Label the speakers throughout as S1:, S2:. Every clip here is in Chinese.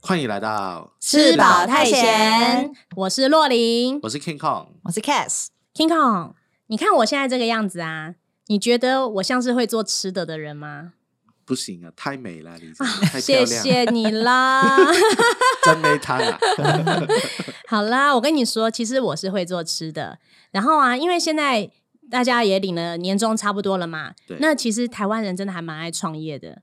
S1: 欢迎来到，
S2: 吃饱太闲，
S3: 我是洛琳
S1: 我是 King Kong。
S2: 我是 Cass，
S3: King Kong。你看我现在这个样子啊，你觉得我像是会做吃的的人吗？
S1: 不行啊，太美了，你、太漂
S3: 谢
S1: 亮，
S3: 谢你啦。
S1: 真没汤啊！
S3: 好啦，我跟你说，其实我是会做吃的。然后啊，因为现在大家也领了年终差不多了嘛
S1: 对，
S3: 那其实台湾人真的还蛮爱创业的。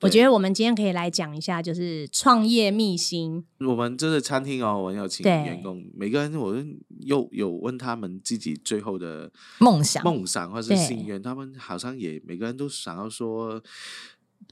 S3: 我觉得我们今天可以来讲一下，就是创业秘辛。
S1: 我们这个餐厅哦，我们有请
S3: 对
S1: 员工，每个人我都又有问他们自己最后的
S2: 梦想
S1: 梦想或是
S3: 对
S1: 心愿，他们好像也每个人都想要说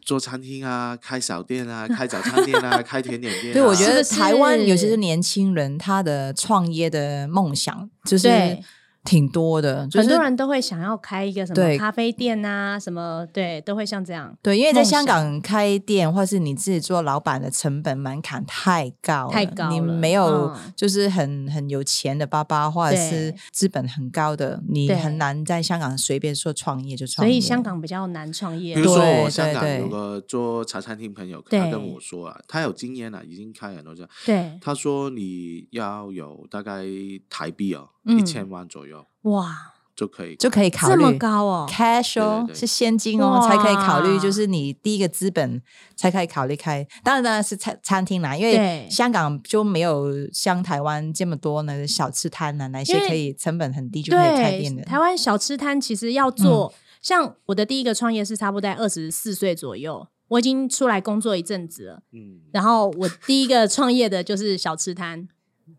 S1: 做餐厅啊，开小店 啊，开早餐店啊，开甜点店、啊。
S2: 对，我觉得
S3: 是不是
S2: 台湾尤其是年轻人，他的创业的梦想就是
S3: 对
S2: 挺多的，就是
S3: 很多人都会想要开一个什么
S2: 对
S3: 咖啡店啊，什么对，都会像这样，
S2: 对，因为在
S3: 梦想
S2: 香港开店或是你自己做老板的成本门槛太高了，
S3: 太高
S2: 你
S3: 了
S2: 没有
S3: 嗯
S2: 就是很很有钱的爸爸或者是
S3: 对
S2: 资本很高的，你
S3: 对
S2: 很难在香港随便说创业就
S3: 所
S2: 创业。
S3: 以香港比较难创业
S1: 比。如说
S2: 对
S1: 我香
S2: 对
S1: 港有
S2: 对
S1: 个做茶餐厅朋友，他跟
S3: 对
S1: 我说啊，他有经验了、已经开很多家。
S3: 对，
S1: 他说你要有大概台币哦，
S3: 嗯
S1: 一千万左右
S3: 哇，
S1: 就可以。
S2: 就可以考虑
S3: 这么高哦，
S2: cash 哦，
S1: 对对对
S2: 是现金哦，才可以考虑，
S3: 哇
S2: 就是你第一个资本才可以考虑开。当然，当然是餐餐厅啦，因为
S3: 对
S2: 香港就没有像台湾这么多呢小吃摊啊，那些
S3: 因为
S2: 可以成本很低就可以开
S3: 对
S2: 店的。嗯
S3: 台湾小吃摊其实要做，像我的第一个创业是差不多在二十四岁左右，我已经出来工作一阵子了。
S1: 嗯，
S3: 然后我第一个创业的就是小吃 摊，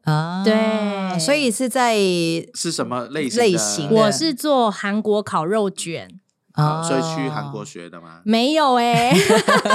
S2: 啊，
S3: 对
S2: 所以是在
S1: 是什么类型的？
S2: 类型的
S3: 我是做韩国烤肉卷，？
S2: 哦
S1: 啊、所以去韩国学的吗
S3: 没有哎、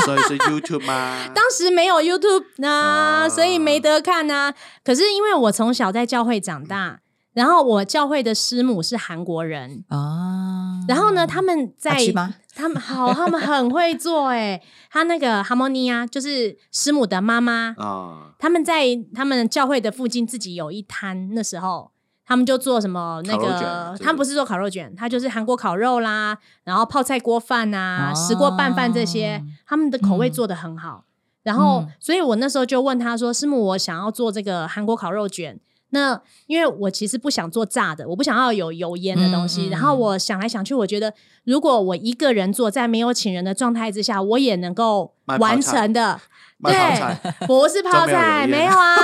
S1: 所以是 YouTube 吗？
S3: 当时没有 YouTube 呐、
S2: 哦
S1: 啊
S3: 所以没得看呐、可是因为我从小在教会长大，然后我教会的师母是韩国人，
S2: 啊，
S3: 然后呢，他们在、
S2: 去吗？
S3: 他们好，他们很会做哎、他那个 Harmonia 就是师母的妈妈，
S1: 啊，
S3: 他们在他们教会的附近自己有一摊，那时候他们就做什么那
S1: 烤肉卷
S3: 个，他们不是做烤肉卷，他就是韩国烤肉啦，然后泡菜锅饭啊、
S2: 哦
S3: 石锅拌饭这些，他们的口味做的很好。然后
S2: 嗯，
S3: 所以我那时候就问他说：“师母，我想要做这个韩国烤肉卷。”那因为我其实不想做炸的，我不想要有油烟的东西。
S2: 嗯嗯
S3: 然后我想来想去，我觉得如果我一个人做，在没有请人的状态之下，我也能够
S1: 卖泡
S3: 完
S1: 菜
S3: 成的。
S1: 卖泡菜，
S3: 不是泡菜，
S1: 都没有油烟
S3: 没有啊，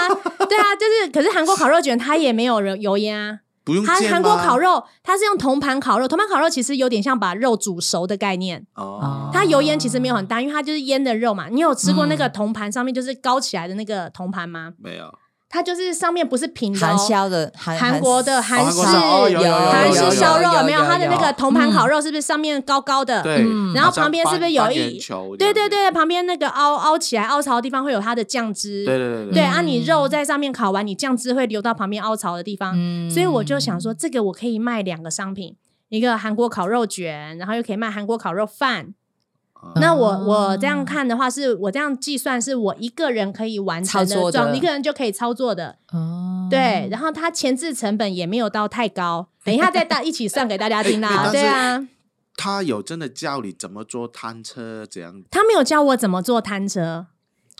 S3: 对啊，就是，可是韩国烤肉卷它也没有油油烟啊，
S1: 不用
S3: 它
S1: 煎
S3: 韩国
S1: 吗
S3: 烤肉它是用铜盘烤肉，铜盘烤肉其实有点像把肉煮熟的概念，
S1: 哦，
S3: 它油烟其实没有很大，因为它就是腌的肉嘛。你有吃过那个铜盘上面就是高起来的那个铜盘吗？
S1: 没有
S3: 它就是上面不是平的、
S2: 韩
S3: 哦。
S2: 销的韩
S3: 韩国的韩
S1: 韩
S3: 式
S1: 国烧哦有有有有
S3: 韩
S1: 有有
S3: 式烧肉
S2: 有
S3: 有没有？
S2: 有
S3: 它的那
S2: 有
S3: 个铜盘烤肉是不是上面高高的？
S1: 对，
S2: 嗯
S3: 然后
S1: 好像
S3: 旁边是不是有
S1: 搬
S3: 一
S1: 搬圆球这
S3: 对
S1: 样子？
S3: 对对，旁边那个凹凹起来凹槽的地方会有它的酱汁。
S1: 对对对
S3: 对
S1: 对，
S3: 啊，你肉在上面烤完，你酱汁会流到旁边凹槽的地方，
S2: 嗯嗯
S3: 所以我就想说，这个我可以卖两个商品，一个韩国烤肉卷，然后又可以卖韩国烤肉饭。
S1: 啊
S3: 那我我这样
S2: 哦
S3: 看的话，是我这样计算，是我一个人可以完成
S2: 操作
S3: 的
S2: 的
S3: 状，一个人就可以操作的。
S2: 哦
S3: 对，然后它前置成本也没有到太高，等一下再大一起算给大家 听
S1: 哎
S3: 啦。
S1: 哎
S3: 对
S1: 但
S3: 啊，
S1: 他有真的教你怎么做摊车，怎样？
S3: 他没有教我怎么做摊车，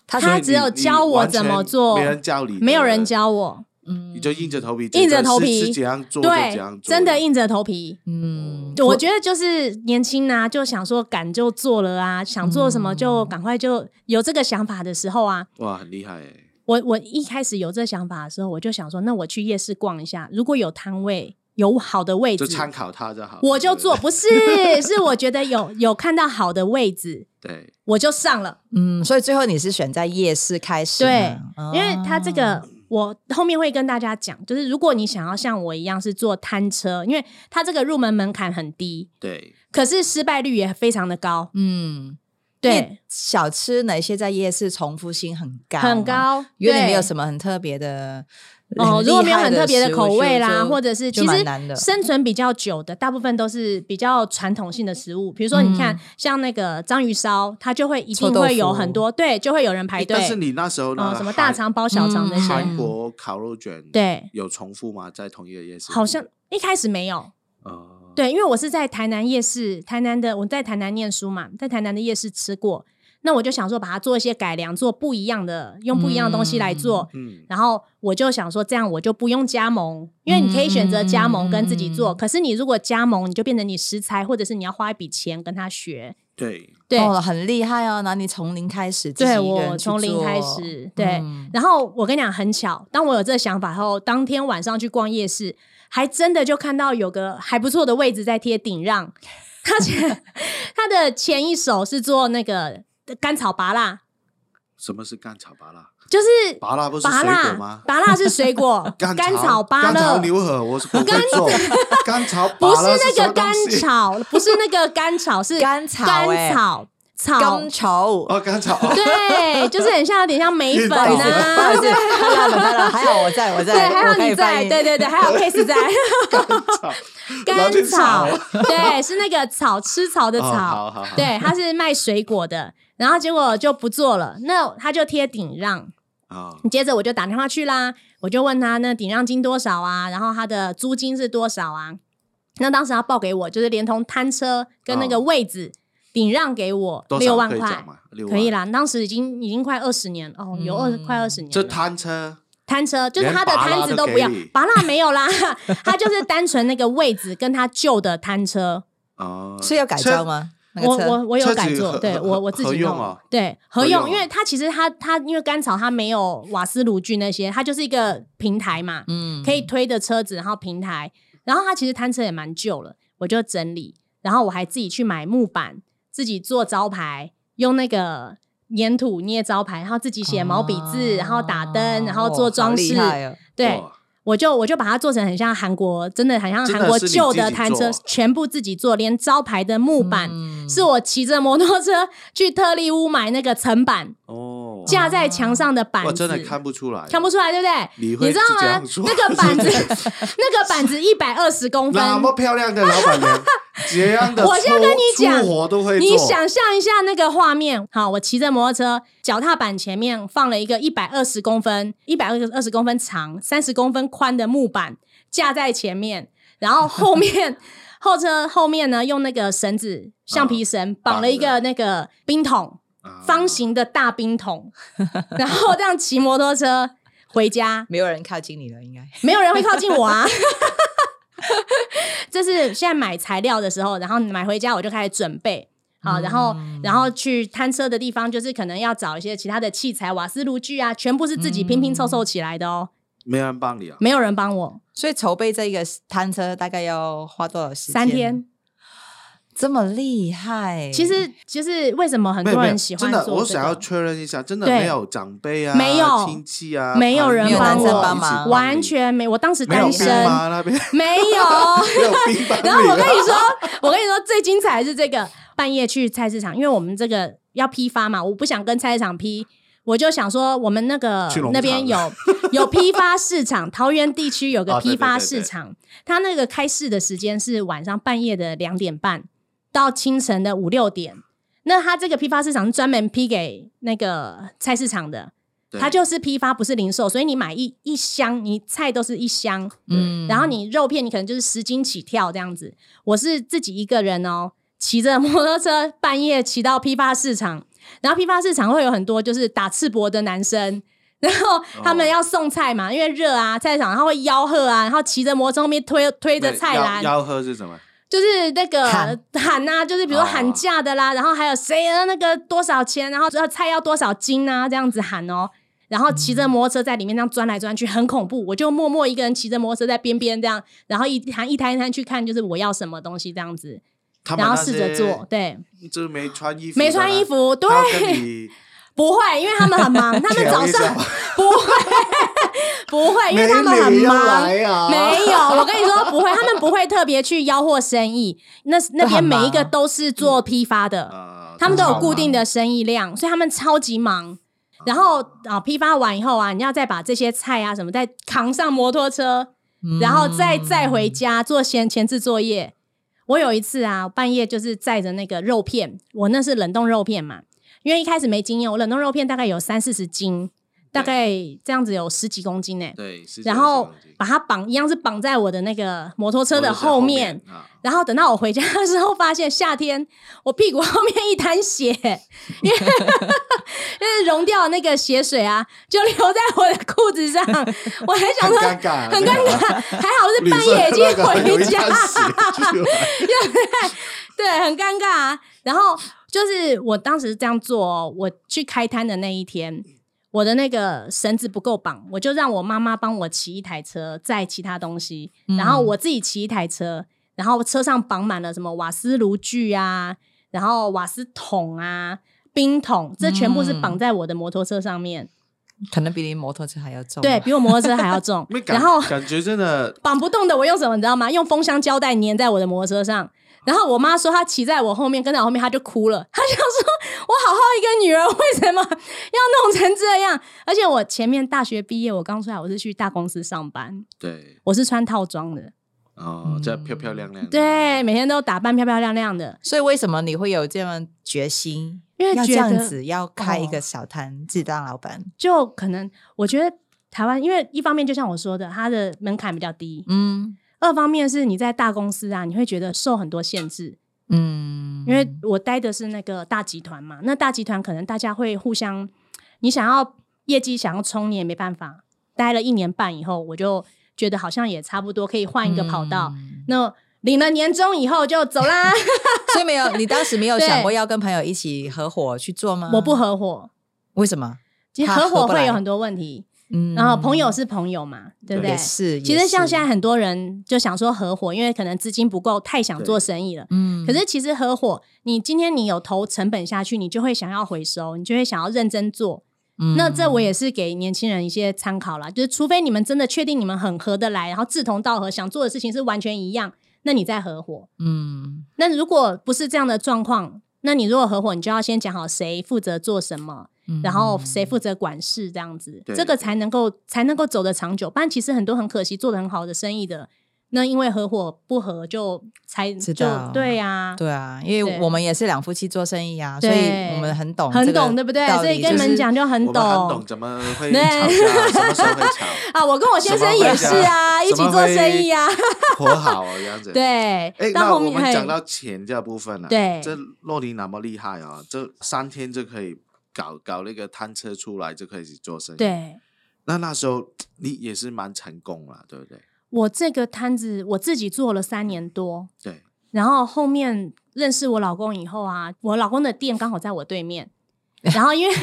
S3: 他只有教我怎么做
S1: 所以你你完全没人教你，
S3: 没有人，教我，
S2: 嗯
S1: 你就硬着头皮，
S3: 嗯硬着头皮
S1: 是是怎样做就怎
S3: 对
S1: 样，做，
S3: 真的硬着头皮。
S2: 嗯
S3: 我觉得就是年轻啊，就想说敢就做了啊，想做什么就赶快就有这个想法的时候啊，
S1: 哇，很厉害欸
S3: 我我一开始有这想法的时候，我就想说，那我去夜市逛一下，如果有摊位有好的位
S1: 就
S3: 置，
S1: 参考他就好，
S3: 我就
S1: 对
S3: 做，不是是我觉得有有看到好的位置，
S1: 对，
S3: 我就上了，
S2: 嗯，所以最后你是选在夜市开始吗，哦
S3: 因为他这个。我后面会跟大家讲，就是如果你想要像我一样是做摊车，因为它这个入门门槛很低，
S1: 对，
S3: 可是失败率也非常的高。
S2: 嗯，因
S3: 对
S2: 为，小吃哪些在夜市重复性很高，
S3: 很，高，
S2: 因为你没有
S3: 对
S2: 什么很特别的
S3: 哦，
S2: 很厉害
S3: 如果没有很特别的口味
S2: 食物
S3: 啦，
S2: 就
S3: 或者是
S2: 就
S3: 其
S2: 蛮
S3: 实
S2: 难的
S3: 生存比较久的，大部分都是比较传统性的食物，比如说你看、
S2: 嗯
S3: 像那个章鱼烧，它就会一
S2: 臭
S3: 定
S2: 豆腐
S3: 会有很多对，就会有人排队
S1: 但，是你那时候
S3: 哦
S1: 呢，
S3: 什么大肠包小肠那些，
S1: 韩
S2: 嗯
S1: 国烤肉卷，，
S3: 对，
S1: 有重复吗？在同一个夜市，
S3: 好像一开始没有，
S1: 哦，
S3: 对，因为我是在台南夜市，台南的我在台南念书嘛，在台南的夜市吃过。那我就想说把它做一些改良，做不一样的，用不一样的东西来做。
S1: 嗯，
S3: 然后我就想说，这样我就不用加盟，因为你可以选择加盟跟自己做。
S2: 嗯
S3: 可是你如果加盟，你就变成你食材，或者是你要花一笔钱跟他学。
S1: 对，
S3: 对，
S2: 哦，很厉害哦！那你从零开始，自己
S3: 对
S2: 一个人
S3: 我
S2: 去
S3: 从零
S2: 做
S3: 开始对
S2: 嗯
S3: 然后我跟你讲，很巧，当我有这个想法后，当天晚上去逛夜市，还真的就看到有个还不错的位置在贴顶让，他 前他的前一手是做那个甘草拔辣，
S1: 什么是甘草拔辣？
S3: 就是
S1: 拔辣不是
S3: 拔
S1: 水果
S3: 辣
S1: 吗，？，
S3: 拔辣是水果
S1: 甘
S3: 草拔
S1: 甘草
S3: 辣。
S1: 牛河，我是不会做。 甘草
S3: 不
S1: 拔
S3: 是
S1: 辣
S3: 那
S1: 什
S3: 个
S1: 么东
S3: 甘
S1: 西
S3: 草，不是那个甘草，是
S2: 甘草哎欸
S3: 甘草草
S2: 甘，草，
S1: 哦，甘草。哦
S3: 对，就是很像有点像梅粉
S1: 不好意思
S2: 不好
S3: 啊
S2: 意，思，太烂了，太烂了，还好我在，我
S3: 对，
S2: 在，
S3: 还
S2: 我
S3: 好
S2: 可以
S3: 你
S2: 翻
S3: 在，
S2: 译
S3: 对，对对，还好 case 在，
S1: 老
S3: 甘
S1: 天
S3: 草
S1: 哦，
S3: 对，是那个草吃草的
S1: 好
S3: 草，
S1: 哦好好，
S3: 对，他是卖水果的，然后结果就不做了，那他就贴顶让，
S1: 啊，
S3: 接着我就打电话去啦，我就问他那顶让金多少啊，然后他的租金是多少啊？那当时他报给我就是连同摊车跟那个
S1: 哦
S3: 位置顶让给我
S1: 多
S3: 六
S1: 少
S3: 万
S1: 可以
S3: 块
S1: 讲，吗？六
S3: 可以
S1: 万。
S3: 啦。当时已经已经快二十年哦，有二
S2: 嗯
S3: 快二十年了。
S1: 这摊车
S3: 摊车就是他的
S1: 连拔蜡
S3: 摊
S1: 都
S3: 子都
S1: 给
S3: 不要
S1: 你，
S3: 拔蜡没有啦， 他就是单纯那个位置跟他旧的摊车，
S1: 哦，
S2: 所以要改
S1: 车
S2: 造？吗？那个
S3: 我
S2: 车
S3: 我我有
S1: 车子
S3: 改
S1: 合
S3: 做，对
S1: 合
S3: 我我自
S1: 合
S3: 己
S1: 用
S3: 弄
S1: 哦
S3: 对合
S1: 合
S3: 用，
S1: 用
S3: 因为
S1: 哦
S3: 它其实它它因为甘草它没有瓦斯炉具那些，它就是一个平台嘛，
S2: 嗯
S3: 可以推的车子，然后平台，然后它其实摊车也蛮旧了，我就整理，然后我还自己去买木板，自己做招牌，用那个粘土捏招牌，然后自己写毛笔字，然后打
S1: 哦
S3: 灯，然后做
S2: 哦
S3: 装饰，对。
S1: 啊哇，
S3: 我就我就把它做成很像韩国，真的很像
S1: 真的
S3: 韩国
S1: 是你
S3: 旧
S1: 自己
S3: 的摊
S1: 做，
S3: 车
S1: 嗯
S3: 全部自己做，连招牌的木板、
S2: 嗯
S3: 是我骑着摩托车 去特利屋买那个层板，
S1: 哦，
S3: 架在墙上的板
S1: 我真
S3: 子，
S1: 的看不出来，
S3: 看不出来，对不对？
S1: 你会
S3: 你知道
S1: 这
S3: 吗
S1: 样说？
S3: 那个板子，那个板子一百二十公分，
S1: 那么漂亮的老板娘，这样的
S3: 我现在跟你
S1: 粗
S3: 讲
S1: 粗活都会做，
S3: 你想象一下那个画面，好，我骑着摩托车，脚踏板前面放了一个一百二十公分、一百二十公分长、三十公分宽的木板架在前面，然后后 面后车后面呢用那个绳子、橡皮绳绑了一
S1: 绑
S3: 个
S1: 了
S3: 那个冰桶，
S1: 啊
S3: 方形的大冰桶，然后这样骑摩托车回家，
S2: 没有人靠近你了，应该。
S3: 没有人会靠近我啊。 这是现在买材料的时候，然后买回家我就开始准备。好，然后
S1: 嗯
S3: 然后去摊车的地方，就是可能要找一些其他的器材、瓦斯炉具啊，全部是自己拼拼凑凑起来的哦，
S1: 没人帮你啊，
S3: 没有人帮我。
S2: 所以筹备这一个摊车大概要花多少时间？
S3: 三，天，
S2: 这么厉害？
S3: 其实就是为什么很
S1: 没有
S3: 多
S1: 没有
S3: 人喜欢
S1: 真的，
S3: 做
S1: 我
S3: 这
S1: 想要
S3: 个
S1: 确认一下，真的
S3: 对
S1: 没有长辈啊，
S3: 没有
S1: 亲戚啊，
S3: 没有人
S1: 朋友啊
S2: 帮
S1: 一
S2: 我
S1: 起帮你
S3: 完全没，我当时
S1: 没有
S3: 单
S1: 兵
S3: 身，
S1: 吗？那边
S3: 没有。
S1: 没有兵 帮你啊，
S3: 然后我跟你
S1: 啊
S3: 说，我跟你说最精彩的是这个半夜去菜市场，因为我们这个要批发嘛，我不想跟菜市场批。我就想说，我们那个
S1: 去农场
S3: 那边有有批发市场，桃园地区有
S1: 啊
S3: 个
S1: 对
S3: 批
S1: 对
S3: 发
S1: 对对
S3: 市场，它那个开市的时间是晚上半夜的两点半到清晨的五六点。那它这个批发市场是专门批给那个菜市场的，
S1: 对
S3: 它就是批发，不是零售，所以你买一一箱，你菜都是一箱，
S2: 嗯
S3: 然后你肉片你可能就是十斤起跳这样子。我是自己一个人哦，骑着摩托车半夜骑到批发市场，然后批发市场会有很多就是打赤膊的男生。然后他们要送菜嘛，因为热啊，菜市场他会吆喝啊，然后骑着摩托车后面推推着菜篮，
S1: 吆吆喝是什么？
S3: 就是那个
S2: 喊
S3: 喊啊，就是比
S1: 哦
S3: 如说喊价的啦，然后还有谁啊那个多少钱，然后这菜要多少斤啊，这样子喊哦。然后骑着摩托车在里面这样钻来钻去，很恐怖。我就默默一个人骑着摩托车在边边这样，然后一摊一摊一摊去看，就是我要什么东西这样子，
S1: 他们
S3: 然后
S1: 那
S3: 试着
S1: 些
S3: 做。，对，
S1: 就是没穿衣服，
S3: 没穿衣，服，对，
S1: 他跟你
S3: 不会，因为他们很忙，他 们早
S1: 聊一下
S3: 上
S1: 吧
S3: 不会，不会，因为他们很
S1: 没理由
S3: 忙。
S1: 来啊，
S3: 没有，我跟你说 不会，他们不会特别去吆喝生意。那那边每一个都是做批发的，
S1: 啊
S3: 他们都有固定的生意量，所以他们超级忙。然后啊，批发完以后啊，你要再把这些菜啊什么再扛上摩托车，
S2: 嗯
S3: 然后再再回家做前前置作业。我有一次啊，半夜就是载着那个肉片，我那是冷冻肉片嘛，因为一开始没经验，我冷冻肉片大概有三四十斤，大概这样子有十几公斤呢、
S1: 对，是这样
S3: 然
S1: 子
S3: 后
S1: 忘记
S3: 把它绑，一样是绑在我的那个摩托车
S1: 我
S3: 的
S1: 在
S3: 后
S1: 后
S3: 面。
S1: 啊
S3: 然后等到我回家的时候，发现夏天我屁股后面一 滩血，因为因为溶掉的那个血水啊，就留在我的裤子上。我还想
S1: 很
S3: 说
S1: 尴尬啊，
S3: 很尴尬，还好是
S1: 旅
S3: 半
S1: 社
S3: 夜已经
S1: 那个有
S3: 回
S1: 一
S3: 家
S1: 滩， 血出来
S3: 对，很尴尬、啊。然后就是我当时这样做、哦，我去开摊的那一
S1: 嗯
S3: 天，我的那个绳子不够绑，我就让我妈妈帮我骑一台车载其他东西，
S2: 嗯
S3: 然后我自己骑一台车，然后车上绑满了什么瓦斯炉具啊，然后瓦斯桶啊。冰桶，这全
S1: 嗯
S3: 部是绑在我的摩托车上面，
S2: 可能比你摩托车还要重。啊
S3: 对，比我摩托车还要 重
S1: 没。感
S3: 然后
S1: 感觉真的
S3: 绑不动的，我用什么你知道吗？用封箱胶带粘在我的摩托车上。然后我妈说她骑在我后面，跟在我后面，她就哭了。她想说，我好好一个女儿，为什么要弄成这样？而且我前面大学毕业，我刚出来，我是去大公司上班，
S1: 对
S3: 我是穿套装的，
S1: 哦，这样漂漂亮亮的，
S3: 对，每天都打扮漂漂亮亮的。
S2: 所以为什么你会有这样决心？
S3: 因为
S2: 要这
S3: 觉
S2: 样
S3: 得
S2: 子，要开一
S3: 哦
S2: 个小摊，自己当老板。
S3: 就可能我觉得台湾，因为一方面就像我说的，它的门槛比较低；
S2: 嗯
S3: 二方面是你在大公司啊，你会觉得受很多限制。
S2: 嗯，
S3: 因为我待的是那个大集团嘛，那大集团可能大家会互相，你想要业绩想要冲，你也没办法。待了一年半以后，我就觉得好像也差不多可以换一个跑道。
S2: 嗯
S3: 那领了年终以后就走 啦，
S2: 所以没有，你当时没有想
S3: 对
S2: 过要跟朋友一起合伙去做吗？
S3: 我不，合伙。
S2: 为什么？
S3: 其实
S2: 怕
S3: 合
S2: 合
S3: 伙
S2: 不来
S3: 会有很多问题，
S2: 嗯
S3: 然后朋友是朋友嘛，对不对
S2: 也？是，
S3: 其实像现在
S2: 在，
S3: 很多人就想说合伙，因为可能资金不够，太想做生意了。
S2: 嗯
S3: 可是其实合伙，你今天你有投成本下去，你就会想要回收，你就会想要认真做。
S2: 嗯
S3: 那这我
S2: 也
S3: 也是给年轻人一些参考啦，就是除非你们真的确定你们很合得来，然后志同道合，想做的事情是完全一样，那你再合伙。
S2: 嗯
S3: 那如果不是这样的状况，那你如果合伙，你就要先讲好谁负责做什么，
S2: 嗯
S3: 然后啊谁负责管事，这样子，
S1: 对
S3: 这个
S1: 对
S3: 才能够才能够走得长久。不然其实很多很可惜做得很好的生意的，那因为合伙不合就才
S2: 知
S3: 就
S2: 道
S3: 对呀、
S2: 对啊，因为
S3: 对
S2: 我们也是两夫妻做生意啊，所
S3: 对
S2: 以我们很懂这
S3: 很
S2: 个
S3: 懂对不对？
S2: 道
S3: 所以
S2: 理
S3: 跟你
S1: 就是
S3: 们讲就很
S1: 我们很
S3: 懂
S1: 懂怎 么会吵
S3: 对
S1: 架，什么时候会 吵，
S3: 啊。我跟我先生也是啊，一起
S1: 什么
S3: 做
S1: 会
S3: 生意啊。
S1: 和好啊这样子。。
S3: 对
S1: 哎，，
S3: 到
S1: 那
S3: 后
S1: 我
S3: 面
S1: 们
S3: 嘿
S1: 讲到钱这部分了、啊
S3: 对
S1: 这洛尼那么厉害啊，这三天就可以搞搞那个摊车出来，就可以做生意。，
S3: 对
S1: 那那时候你也是蛮成功了，对不对？
S3: 我这个摊子我自己做了三年多，
S1: 对，
S3: 然后后面认识我老公以后啊，我老公的店刚好在我对 面。然后，因为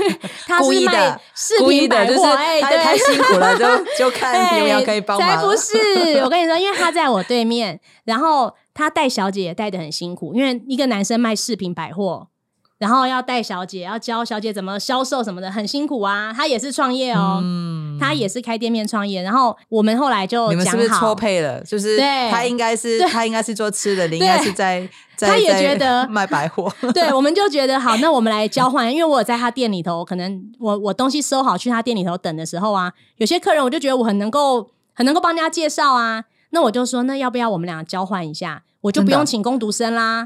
S3: 他
S2: 故
S3: 是
S2: 意的
S3: 卖饰
S2: 故意
S3: 品百
S2: 的，就是
S3: 货，哎，
S2: 太
S3: 对，
S2: 太辛苦 了，就就看有没有可以帮
S3: 哎
S2: 忙。
S3: 才不是，我跟你说，因为他在我对面，然后他带小姐也带的很辛苦，因为一个男生卖饰品百货，然后要带小姐，要教小姐怎么销售什么的，很辛苦啊。他也是创业哦，
S2: 嗯
S3: 他也是开店面创业，然后我们后来就
S2: 你们
S3: 讲
S2: 是不是
S3: 好
S2: 错， 配了？就是
S3: 对
S2: 他应该是他应该是做吃的，你应该是在在
S3: 他也
S2: 在
S3: 觉得
S2: 卖百 货。
S3: 对，我们就觉得好，那我们来交换，因为我有在他店里头，可能我我东西收好去他店里头等的时候啊，有些客人我就觉得我很能够很能够帮人家介绍啊，那我就说那要不要我们俩交换一下，我就不
S2: 真的
S1: 啊
S3: 用请工读 生啦，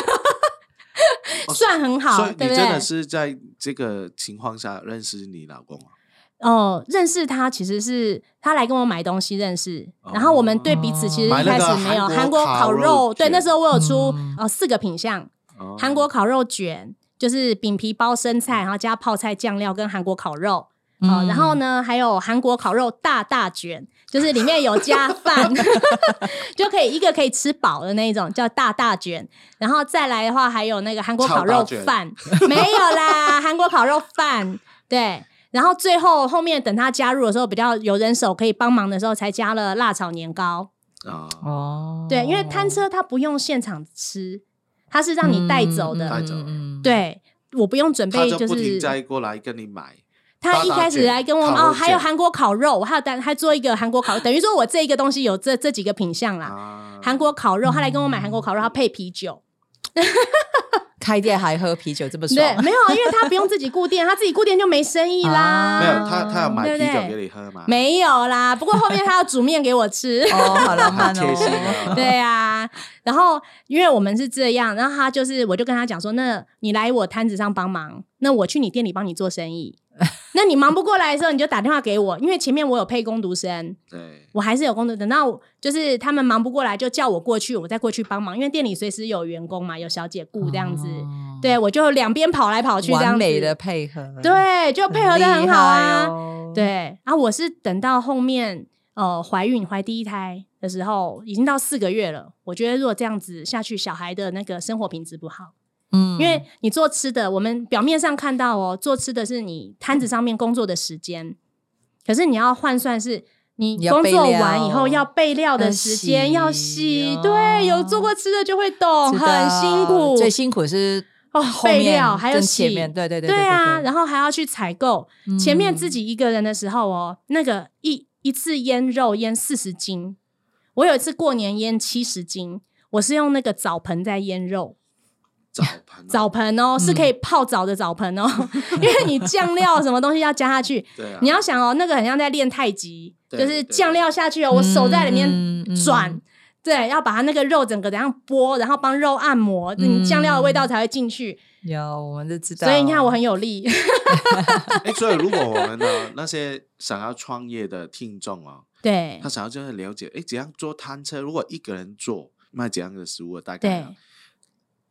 S3: 对，算很
S1: 哦
S3: 好
S1: 所以，
S3: 对
S1: 你
S3: 不
S1: 真
S3: 对
S1: 的？是在这个情况下认识你老公啊？
S3: 哦，认识他其实是他来跟我买东西认识，然后我们对彼此其实
S1: 哦买
S3: 一
S1: 那
S3: 开
S1: 个
S3: 始没有
S1: 韩
S3: 韩
S1: 国
S3: 国
S1: 烤
S3: 烤
S1: 肉
S3: 肉，对，
S1: 卷
S3: 那时候我有出
S2: 嗯
S3: 呃四个品项，
S1: 哦
S3: 韩国烤肉卷，就是饼皮包生菜，然后加泡菜酱料跟韩国烤肉。
S2: 嗯
S3: 哦，然后呢，还有韩国烤肉大大卷，就是里面有加饭， 就可以一个可以吃饱的那一种，叫大大卷。然后再来的话，还有那个韩国烤肉饭，没有啦， 韩国烤肉饭，对。然后最后后面等他加入的时候，比较有人手可以帮忙的时候，才加了辣炒年糕。
S1: 啊，
S2: 哦，
S3: 对，因为摊车它不用现场吃，它是让你带走
S1: 嗯
S3: 的。
S1: 带走的
S2: 嗯，
S3: 对，我不用准
S1: 他
S3: 备，
S1: 就不
S3: 是
S1: 停再过来跟你买。
S3: 他一开始来跟我
S1: 大大卷
S3: 哦，还
S1: 烤
S3: 有
S1: 肉卷
S3: 韩国烤肉，我还有单还做一个韩国烤肉，等于说我这一个东西有这这几个品相啦。
S1: 啊，
S3: 韩国烤肉，他来跟我买韩国烤肉，他配啤酒。
S2: 开店还喝啤酒，这么
S3: 对，
S2: 爽。
S3: 没有啊，因为他不用自己顾店，他自己顾店就没生意啦。
S1: 啊没有他，他有买
S3: 对不
S1: 啤酒
S3: 对
S1: 给你喝吗？
S3: 没有啦，不过后面他要煮面给我吃。
S2: 哦，好浪漫
S1: 好贴心
S2: 哦
S1: 啊。
S3: 对啊，然后因为我们是这样， 然后他就是，我就跟他讲说，那你来我摊子上帮忙，那我去你店里帮你做生意。那你忙不过来的时候，你就打电话给我，因为前面我有配工读生，
S1: 对，
S3: 我还是有工作。等到就是他们忙不过来，就叫我过去，我再过去帮忙，因为店里随时有员工嘛，有小姐 顾这样子。
S2: 哦
S3: 对，我就两边跑来跑去这样
S2: 完
S3: 子，
S2: 美的配合，
S3: 对，就
S2: 很
S3: 配合的很好啊。
S2: 厉害哦，
S3: 对，然后我是等到后面呃怀孕怀第一胎的时候，已经到四个月了。我觉得如果这样子下去，小孩的那个生活品质不好，
S2: 嗯
S3: 因为你做吃的，我们表面上看到哦，做吃的是你摊子上面工作的时间，可是你要换算是。你
S2: 你要
S3: 工
S2: 备
S3: 作
S2: 料
S3: 完以后要备料的
S2: 要
S3: 时间要
S2: 洗
S3: 洗，
S2: 哦
S3: 对，有做过吃的就会懂，
S2: 知
S3: 哦很辛
S2: 道
S3: 苦，
S2: 最辛苦是
S3: 哦
S2: 后
S3: 备
S2: 面
S3: 料还有
S2: 跟前
S3: 洗
S2: 面，对对对
S3: 对啊，
S2: 对
S3: 然后还要去采购，前面自
S2: 己
S3: 己一个人的时候哦，那个一一次腌肉腌四十斤，我有一次过年腌七十斤，我是用那个澡盆在腌肉，
S1: 澡 盆
S3: 澡盆哦是可以泡澡的澡盆哦， 因为你酱料什么东西要加下去，
S1: 对啊，
S3: 你要想哦，那个很像在练太极，
S1: 对
S3: 就是酱料下去哦，我手在里
S2: 嗯
S3: 面转。对，要把它那个肉整个怎样剥，然后帮肉按摩，你酱料的味道才会进去。
S2: 有，我们就知道。
S3: 所以你看，我很有力。
S1: 哎，所以如果我们的那些想要创业的听众啊，
S3: 对
S1: 他想要真的了解，哎，怎样做摊车？如果一个人做卖怎样的食物，大概
S3: 对
S1: 啊，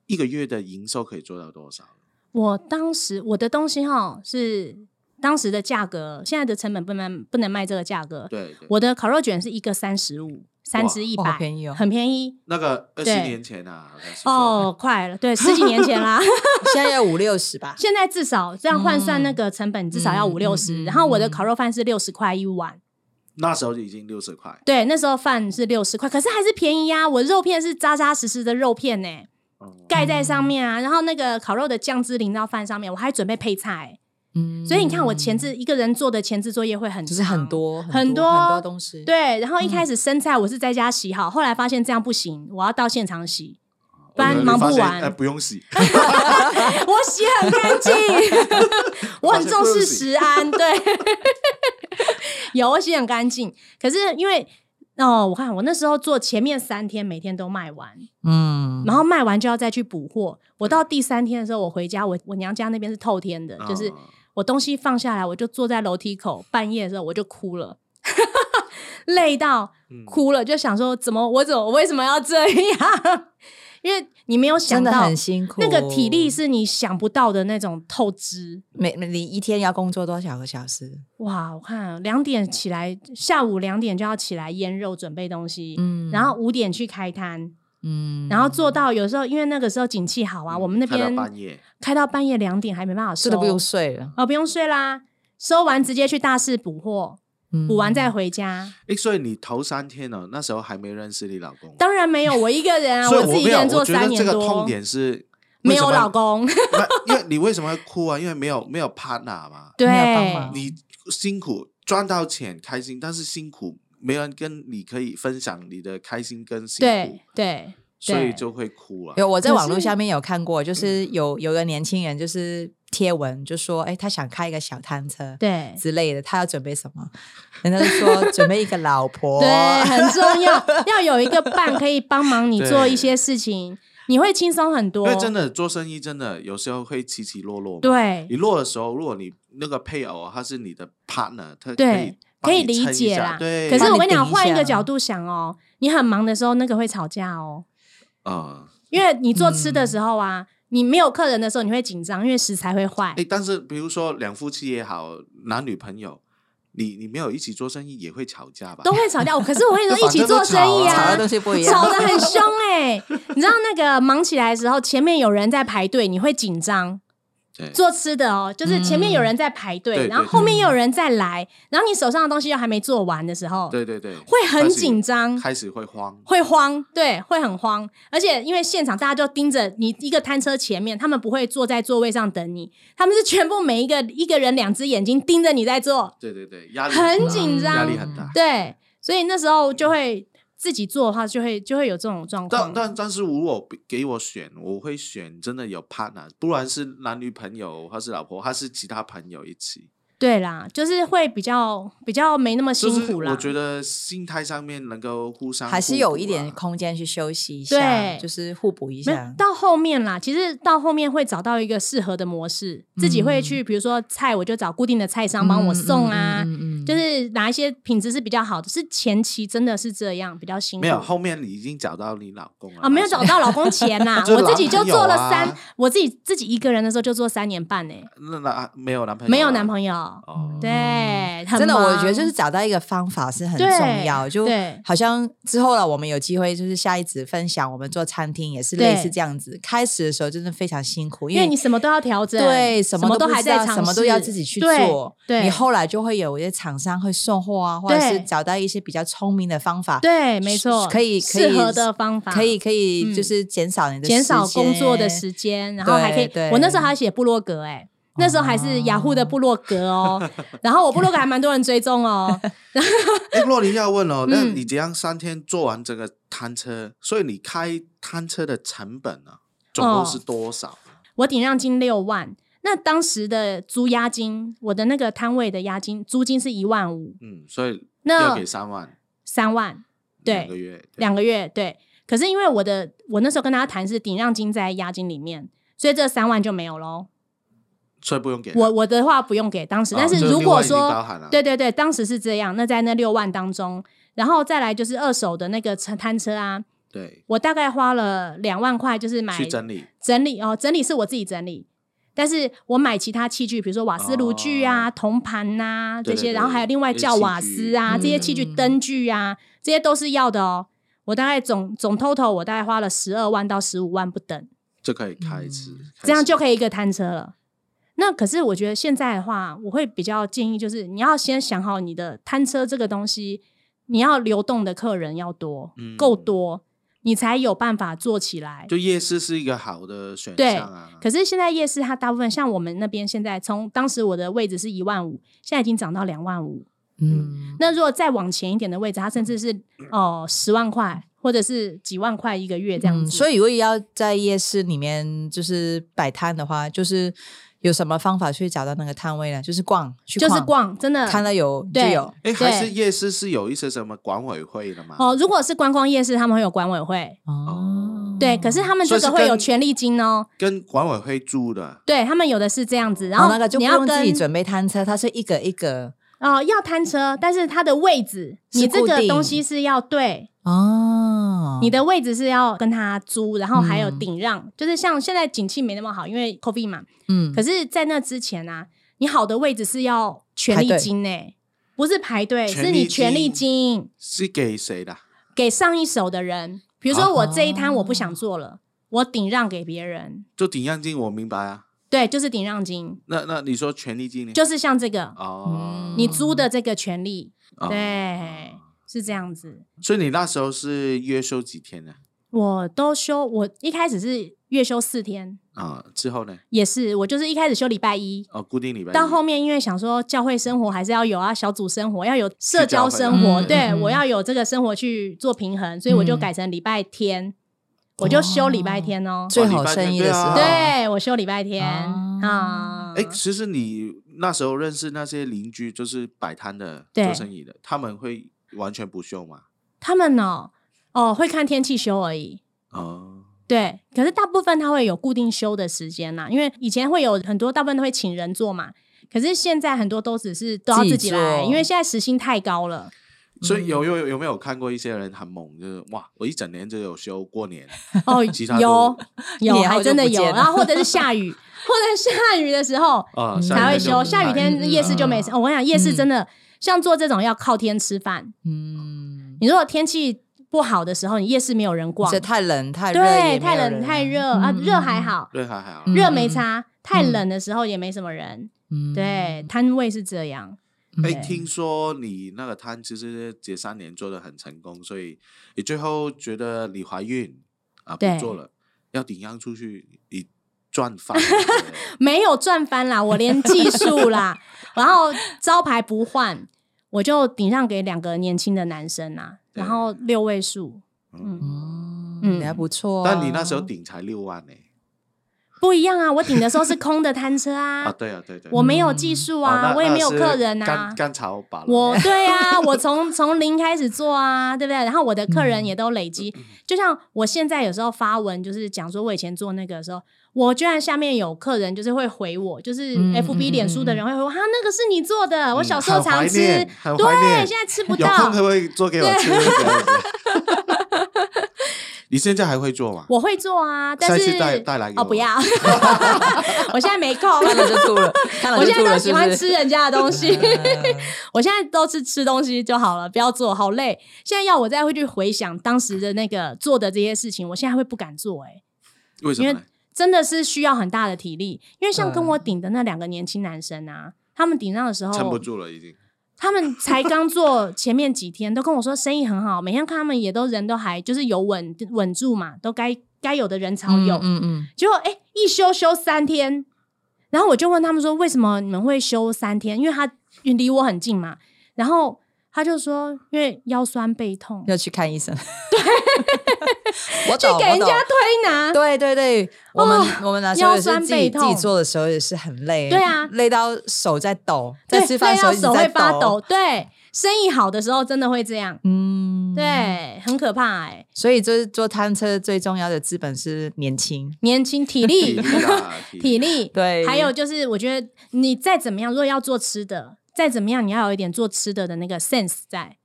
S1: 一个月的营收可以做到多少？
S3: 我当时我的东西哈是当时的价格，现在的成本不能不能卖这个价格。
S1: 对，对
S3: 我的烤肉卷是一个三十五，三十一
S2: 哇好
S3: 百，
S2: 便宜哦
S3: 很便宜
S1: 那个二十
S3: 对
S1: 年前啊，好像是说
S3: 哦，快了，对，十几年前 啦。
S2: 现在要五六十 吧，
S3: 现在至少这样换算那个成本，至少要
S2: 嗯
S3: 五六
S2: 嗯
S3: 十。
S2: 嗯
S3: 然后我的烤肉饭是六十块一碗，
S1: 那时候就已经六十块，
S3: 对，那时候饭是六十块，可是还是便宜呀、我肉片是扎扎实实的肉片呢、
S1: 哦
S3: 盖在上面啊。然后那个烤肉的酱汁淋到饭上面，我还准备配菜、
S2: 嗯
S3: 所以你看，我前置一个人做的前置作业会很
S2: 就是很
S3: 长
S2: 多
S3: 很
S2: 多
S3: 多
S2: 很多东西，，
S3: 对，然后一开始生菜我是在家洗好，后来发现这样不行，我要到现场洗， 不然
S1: 我
S3: 忙不
S1: 发现
S3: 完
S1: 哎，不用洗，
S3: 我洗很干净， 我很重视食安，对， 有我洗很干净，可是因为。哦，我看我那时候做前面三天，每天都卖完，
S2: 嗯
S3: 然后卖完就要再去补货。我到第三天的时候，我回家，我我娘家那边是透天的， 就是
S1: 哦
S3: 我东西放下来，我就坐在楼梯口，半夜的时候我就哭了， 累到
S1: 嗯
S3: 哭了，就想说怎么我怎么我为什么要这样？ 因为你没有想
S2: 真的
S3: 到
S2: 很辛苦，哦
S3: 那个体力是你想不到的那种透支。
S2: 每每你一天要工作多少个小时？
S3: 哇，我看两点起来，下午两点就要起来腌肉准备东西，
S2: 嗯
S3: 然后五点去开摊，
S2: 嗯
S3: 然后做到有时候因为那个时候景气好啊，我们那
S1: 嗯开到
S3: 边
S1: 半夜，
S3: 开到半夜两点还没办法收，
S2: 吃的不用睡了，
S3: 哦，不用睡啦，收完直接去大市补货，
S2: 嗯
S3: 补完再回家。
S1: 哎，所以你头三天呢，那时候还没认识你老公，
S3: 当然没有，我一个人啊，
S1: 所以
S3: 自己一
S1: 没
S3: 个
S1: 有，
S3: 人做
S1: 我觉得
S3: 三
S1: 这
S3: 年
S1: 个
S3: 多
S1: 痛，点是
S3: 没有老
S1: 公。
S3: 公，
S1: 那因为你为什么会哭啊？因为没有没有 partner 嘛，
S3: 对
S2: 没有帮忙
S1: 你辛苦赚到钱开心，但是辛苦没人跟你可以分享你的开心跟辛苦
S3: 对，对
S1: 所以
S3: 对
S1: 就会哭啊了。
S2: 有我在
S3: 可
S2: 网络
S3: 是嗯
S2: 下面有看过，就是有有个年轻人就是贴文就说，哎，他想开一个小摊车，
S3: 对
S2: 之类的，他要准备什么？人家就 说准备一个老婆，
S3: 对，啊很重要，要有一个伴可以帮忙你
S1: 对
S3: 做一些事情，你会轻松很
S1: 因
S3: 多
S1: 为。真的做生意真的有时候会起起落落嘛。
S3: 对
S1: 你落的时候，如果你那个配偶啊他是你的 partner，他
S3: 对，
S1: 可
S3: 可以
S1: 以帮你
S3: 理
S1: 撑一
S3: 解
S1: 下
S3: 啦。
S1: 对，
S3: 可是我跟你
S2: 帮
S3: 讲，
S2: 你顶一
S3: 换一个
S2: 下
S3: 角度想哦，你很忙的时候，那个会吵架哦，
S1: 啊，
S3: 因为你做
S1: 嗯
S3: 吃的时候啊，你没有客人的时候，你会紧张，因为食材会坏。
S1: 哎，但是比如说两夫妻也好，男女朋友，你你没有一起做生意也会吵架吧？
S3: 都会吵架，我可是我跟你
S1: 反
S3: 说，一起
S1: 正都
S3: 做生意
S1: 吵
S2: 吵
S3: 啊
S2: 的，东西不一样，
S3: 吵得很凶哎、你知道那个忙起来的时候，前面有人在排队，你会紧张。
S1: 对
S3: 做吃的哦，就是前面有人在排
S1: 嗯对
S3: 队，
S1: 对
S3: 然后后面又有人在来，然后你手上的东西又还没做完的时候，
S1: 对对对，
S3: 会很
S1: 开始
S3: 紧张
S1: 开始会慌。
S3: 会慌，对，会很慌。而且因为现场大家就盯着你一个摊车前面，他们不会坐在座位上等你，他们是全部每一个一个人两只眼睛盯着你在做，
S1: 对对对，压力
S3: 很
S2: 嗯
S1: 大
S3: 紧张
S1: 压力很大。
S3: 对，所以那时候就会自己做的话，就会就会有这种状
S1: 但
S3: 况。
S1: 但但是，如果给给我选，我会选真的有 partner，不然是男女朋友，还是老婆，还是其他朋友一起。
S3: 对啦，就是会比较比较没那么
S1: 就
S3: 辛
S1: 是
S3: 苦啦。
S1: 我觉得心态上面能够互相
S2: 嗯还是
S1: 互
S2: 有
S1: 补
S2: 一
S1: 啊
S2: 点空间去休息一下，
S3: 对
S2: 就是互补一
S3: 没有
S2: 下。
S3: 到后面啦，其实到后面会找到一个适合的模式，自己会去，比如说菜，我就找固定的菜商帮我送啊，
S2: 嗯嗯嗯嗯嗯嗯
S3: 就是哪一些品质是比较好的。是前期真的是这样，比较辛苦。
S1: 没有，后面你已经找到你老公了
S3: 啊，没有找到老公前 呐、
S1: 就
S3: 我
S1: 是
S3: 自己就做了
S1: 男朋
S3: 三
S1: 友啊，
S3: 我自己自己一个人的时候就做三年半呢、
S2: 哎
S1: 那那没有男朋友，
S3: 没有男朋友。嗯
S1: 哦，
S3: 对，很
S2: 啊嗯真的，我觉得
S3: 忙
S2: 就是找到一个方法是很
S3: 对
S2: 重要。就
S3: 对
S2: 好像之后了，我们有机会就是下一集分享，我们做餐厅也是类似
S3: 对
S2: 这样子。开始的时候真的非常辛苦，
S3: 因为你什么都要调整，
S2: 对
S3: 什
S2: 什么
S3: 都
S2: 不
S3: 还
S2: 知
S3: 在
S2: 道
S3: 尝试，
S2: 什么都要自己去
S3: 对
S2: 做。
S3: 对，
S2: 你后来就会有一些厂商会送货啊，或者
S3: 对
S2: 是找到一些比较聪明的方法，
S3: 对，没错，
S2: 可以可以
S3: 适合的方法，
S2: 可以可以
S3: 嗯
S2: 就是减少你的
S3: 减少
S2: 时间
S3: 工作的时间，然后还可以
S2: 对对。
S3: 我那时候还写部落格、欸，哎。那时候还是雅虎的部落格哦，然后我部落格还蛮多人追踪哦，
S1: 哎，洛琳要问哦，那
S3: 嗯
S1: 你怎样三天做完这个摊车？所以你开摊车的成本呢，总
S3: 哦
S1: 共是多少？
S3: 我顶让金六万，那当时的租押金，我的那个摊位的押金租金是一万五，
S1: 嗯，所以要
S3: 那
S1: 给三万
S3: 三万，对
S1: 两个月，对
S3: 两个月，对。可是因为我的我那时候跟大家谈是顶让金在押金里面，所以这三万就没有喽。
S1: 所以不用给
S3: 我我的话不用给当时，
S1: 哦
S3: 但
S1: 就是是另
S3: 如
S1: 外
S3: 果
S1: 已经
S3: 说、
S1: 包含了
S3: 对对对，当时是这样。那在那六万当中，然后再来就是二手的那个车摊车啊，
S1: 对
S3: 我大概花了两万块，就是买
S1: 去整理，
S3: 整理哦，整理是我自己整理，但是我买其他器具，比如说瓦斯炉具啊、
S1: 哦
S3: 铜盘呐、
S1: 对
S3: 这
S1: 对
S3: 些，
S1: 对
S3: 然后还有另外叫瓦斯啊
S2: 一
S3: 这些
S2: 些
S3: 器
S2: 器具
S3: 具、
S2: 嗯
S3: 灯具啊，这些都是要的哦。我大概总总 total 我大概花了十二万到十五万不等，
S1: 就可以开始，开
S3: 嗯这样
S1: 始
S3: 就可以一个摊车了。那可是我觉得现在的话，我会比较建议就是你要先想好你的摊车这个东西，你要流动的客人要多
S1: 嗯，
S3: 够多，你才有办法做起来。
S1: 就夜市是一个好的选
S3: 对
S1: 项啊。
S3: 可是现在夜市它大部分像我们那边现在从当时我的位置是一万五，现在已经涨到两万五。
S2: 嗯，
S3: 那如果再往前一点的位置，它甚至是哦十、0万块或者是几万块一个月这样子。
S2: 嗯所以如果要在夜市里面就是摆摊的话，就是有什么方法去找到那个摊位呢？就是逛，去
S3: 就是逛，真的
S2: 看到有就
S3: 对
S2: 有。
S1: 哎，还是
S3: 对
S1: 夜市是有一些什么管委会的嘛？
S3: 哦。如果是观光夜市，他们会有管委会，
S2: 哦，
S3: 对。可是他们这
S1: 所
S3: 个
S1: 以是跟
S3: 会有权利金哦，
S1: 跟管委会租的，
S3: 对他们有的是这样子。然
S2: 然后、
S3: 后
S2: 哦那个就
S3: 你
S2: 不
S3: 要
S2: 用
S3: 跟
S2: 自己准备摊车，它是一个一个
S3: 哦要摊车，但是它的位置，
S2: 是
S3: 你这
S2: 固
S3: 个
S2: 定
S3: 东西是要对，
S2: 哦，
S3: 你的位置是要跟他租，然后还有
S2: 嗯
S3: 顶让，就是像现在景气没那么好，因为 COVID 嘛。
S2: 嗯
S3: 可是，在那之前啊，你好的位置是要权利金呢、不是排队，
S1: 权
S3: 是你
S1: 利
S3: 权利
S1: 金
S3: 金
S1: 是给谁的？
S3: 给上一手的人。比如说，
S2: 哦
S1: 啊
S3: 我这一摊我不想做了，我顶让给别人，
S1: 就顶让金，我明白啊。
S3: 对，就是顶让金，
S1: 那那你说权利金呢？
S3: 就是像这个
S1: 哦，
S3: 你租的这个权利，
S1: 哦
S3: 对，是这样子。
S1: 所以你那时候是月休几天呢？
S3: 我都休，我一开始是月休四天，
S1: 啊，之后呢？
S3: 也是我就是一开始休礼拜一，
S1: 哦，固定礼拜一
S3: 到后面因为想说教会生活还是要有啊，小组生活要有社交生活，
S2: 去教会
S3: 对、
S2: 嗯嗯嗯嗯
S3: 我要有这个生活去做平衡，所以我就改成礼拜天，我就休礼拜天哦。
S2: 最好生意的时候，
S1: 哦
S3: 对啊我休礼拜天
S2: 哦
S3: 啊，
S1: 哎，其实你那时候认识那些邻居，就是摆摊的、
S3: 对
S1: 做生意的，他们会完全不休嘛？
S3: 他们呢、哦，会看天气休而已。
S1: 哦，
S3: 对，可是大部分他会有固定休的时间啦，因为以前会有很多，大部分都会请人做嘛。可是现在很多都只是都要自
S2: 自己
S3: 己来，
S2: 做
S3: 因为现在时薪太高 了。
S1: 所以有有有没有看过一些人很猛，就是哇，我一整年只有休过年，
S3: 哦，
S1: 其他都
S3: 有有
S2: 一年后
S3: 还
S2: 就
S3: 真的
S2: 不见
S3: 有，
S2: 了
S3: 然后或者是下 雨，或者是下雨的时候
S1: 啊
S2: 嗯
S1: 下雨
S3: 才会
S1: 天就
S3: 休，
S1: 不
S3: 下雨
S1: 开
S3: 天夜市就没事。
S1: 嗯
S3: 哦我跟你讲，夜市真的像做这种要靠天吃饭。
S2: 嗯，
S3: 你如果天气不好的时候，你夜市没有人逛
S2: 这，太冷太热也没有
S3: 对，
S2: 人，
S3: 太冷太热啊，
S2: 嗯
S3: 热还，好，
S1: 对，还还好。
S2: 嗯
S3: 热没差。太冷的时候也没什么人，
S2: 嗯
S3: 对，，摊位是这样。
S1: 哎，
S3: 对
S1: 听说你那个摊其实这三年做的很成功，所以你最后觉得你怀孕啊不
S3: 对
S1: 做了，要顶让出去，你赚翻了对不对
S3: 没有赚翻啦，我连技 术啦，然后招牌不换，我就顶让给两个年轻的男生啦，
S1: 对
S3: 然后六位数，嗯
S1: 嗯，
S2: 嗯
S3: 嗯
S2: 嗯，还不错 啊。
S1: 但你那时候顶才六万呢，
S3: 不一样啊！我顶的时候是空的摊车
S1: 啊，
S3: 啊，
S1: 对啊，对对，
S3: 我没有技术
S1: 哦
S3: 啊，
S1: 那
S3: 我也
S1: 那
S3: 没有
S1: 是
S3: 客人啊
S1: 甘。甘草吧，
S3: 我 对啊，我从从零开始做啊，对不对？然后我的客
S1: 嗯
S3: 人也都累积，就像我现在有时候发文，就是讲说我以前做那个的时候，我居然下面有客人就是会回我，就是
S2: 嗯
S3: F B
S2: 嗯
S3: 脸书的人会回我，哈、啊那个是你做的，我小时候
S1: 嗯很怀
S3: 常吃，
S1: 念很怀
S3: 对，
S1: 念
S3: 现在吃不
S1: 有
S3: 到
S1: 空可。不可以做给我吃？这样 子你现在还会做吗？
S3: 我会做啊，
S1: 下
S3: 但
S1: 一次
S3: 是
S1: 带带来给
S3: 哦，
S1: 我
S3: 不要， 我现在 没空，
S2: 看了就吐了，看了
S3: 我
S2: 就
S3: 现
S2: 吐
S3: 在
S2: 了，
S3: 都喜欢吃人家的 东西。
S2: 是不是。
S3: 我现在都是吃东西就好了，不要做，好累。现在要我再会去回想当时的那个做的这些事情，我现在会不敢做、欸，
S1: 为什么
S3: 因为
S1: 呢？
S3: 真的是需要很大的体力。因为像跟
S2: 嗯
S3: 我顶的那两个年轻男生啊，他们顶上的时
S1: 撑不
S3: 候，
S1: 住了，已经。
S3: 他们才刚做前面几天，都跟我说生意很好，每天看他们也都人都还就是有稳稳住嘛，都该该有的人潮有。
S2: 嗯嗯
S3: 结果哎、诶一休休三天，然后我就问他们说，为什么你们会休三天？因为他离我很近嘛。然后他就说，因为腰酸背痛
S2: 嗯，，要去看医生。对，我
S3: 去
S2: 懂，
S3: 给
S2: 我
S3: 人
S2: 懂
S3: 家推拿。
S2: 对对对，我们、我们那时候
S3: 腰
S2: 也是
S3: 酸
S2: 自
S3: 背
S2: 己自己
S3: 痛
S2: 做的时候也是很累，
S3: 对啊
S2: 累到手在抖，
S3: 对
S2: 在吃饭的时候一
S3: 累
S2: 直
S3: 到手
S2: 在
S3: 会发抖。。对，生意好的时候真的会这样，
S2: 嗯，。
S3: 对，很可怕哎、
S2: 所以就是做摊车最重要的资本是年轻，
S3: 年轻体
S1: 体，
S3: 力
S1: 力 啊，
S3: 体力，
S2: 对
S3: 还有就是我觉得你再怎么样，如果要做吃的，再怎么样，你要有一点做吃的的那个 sense 在。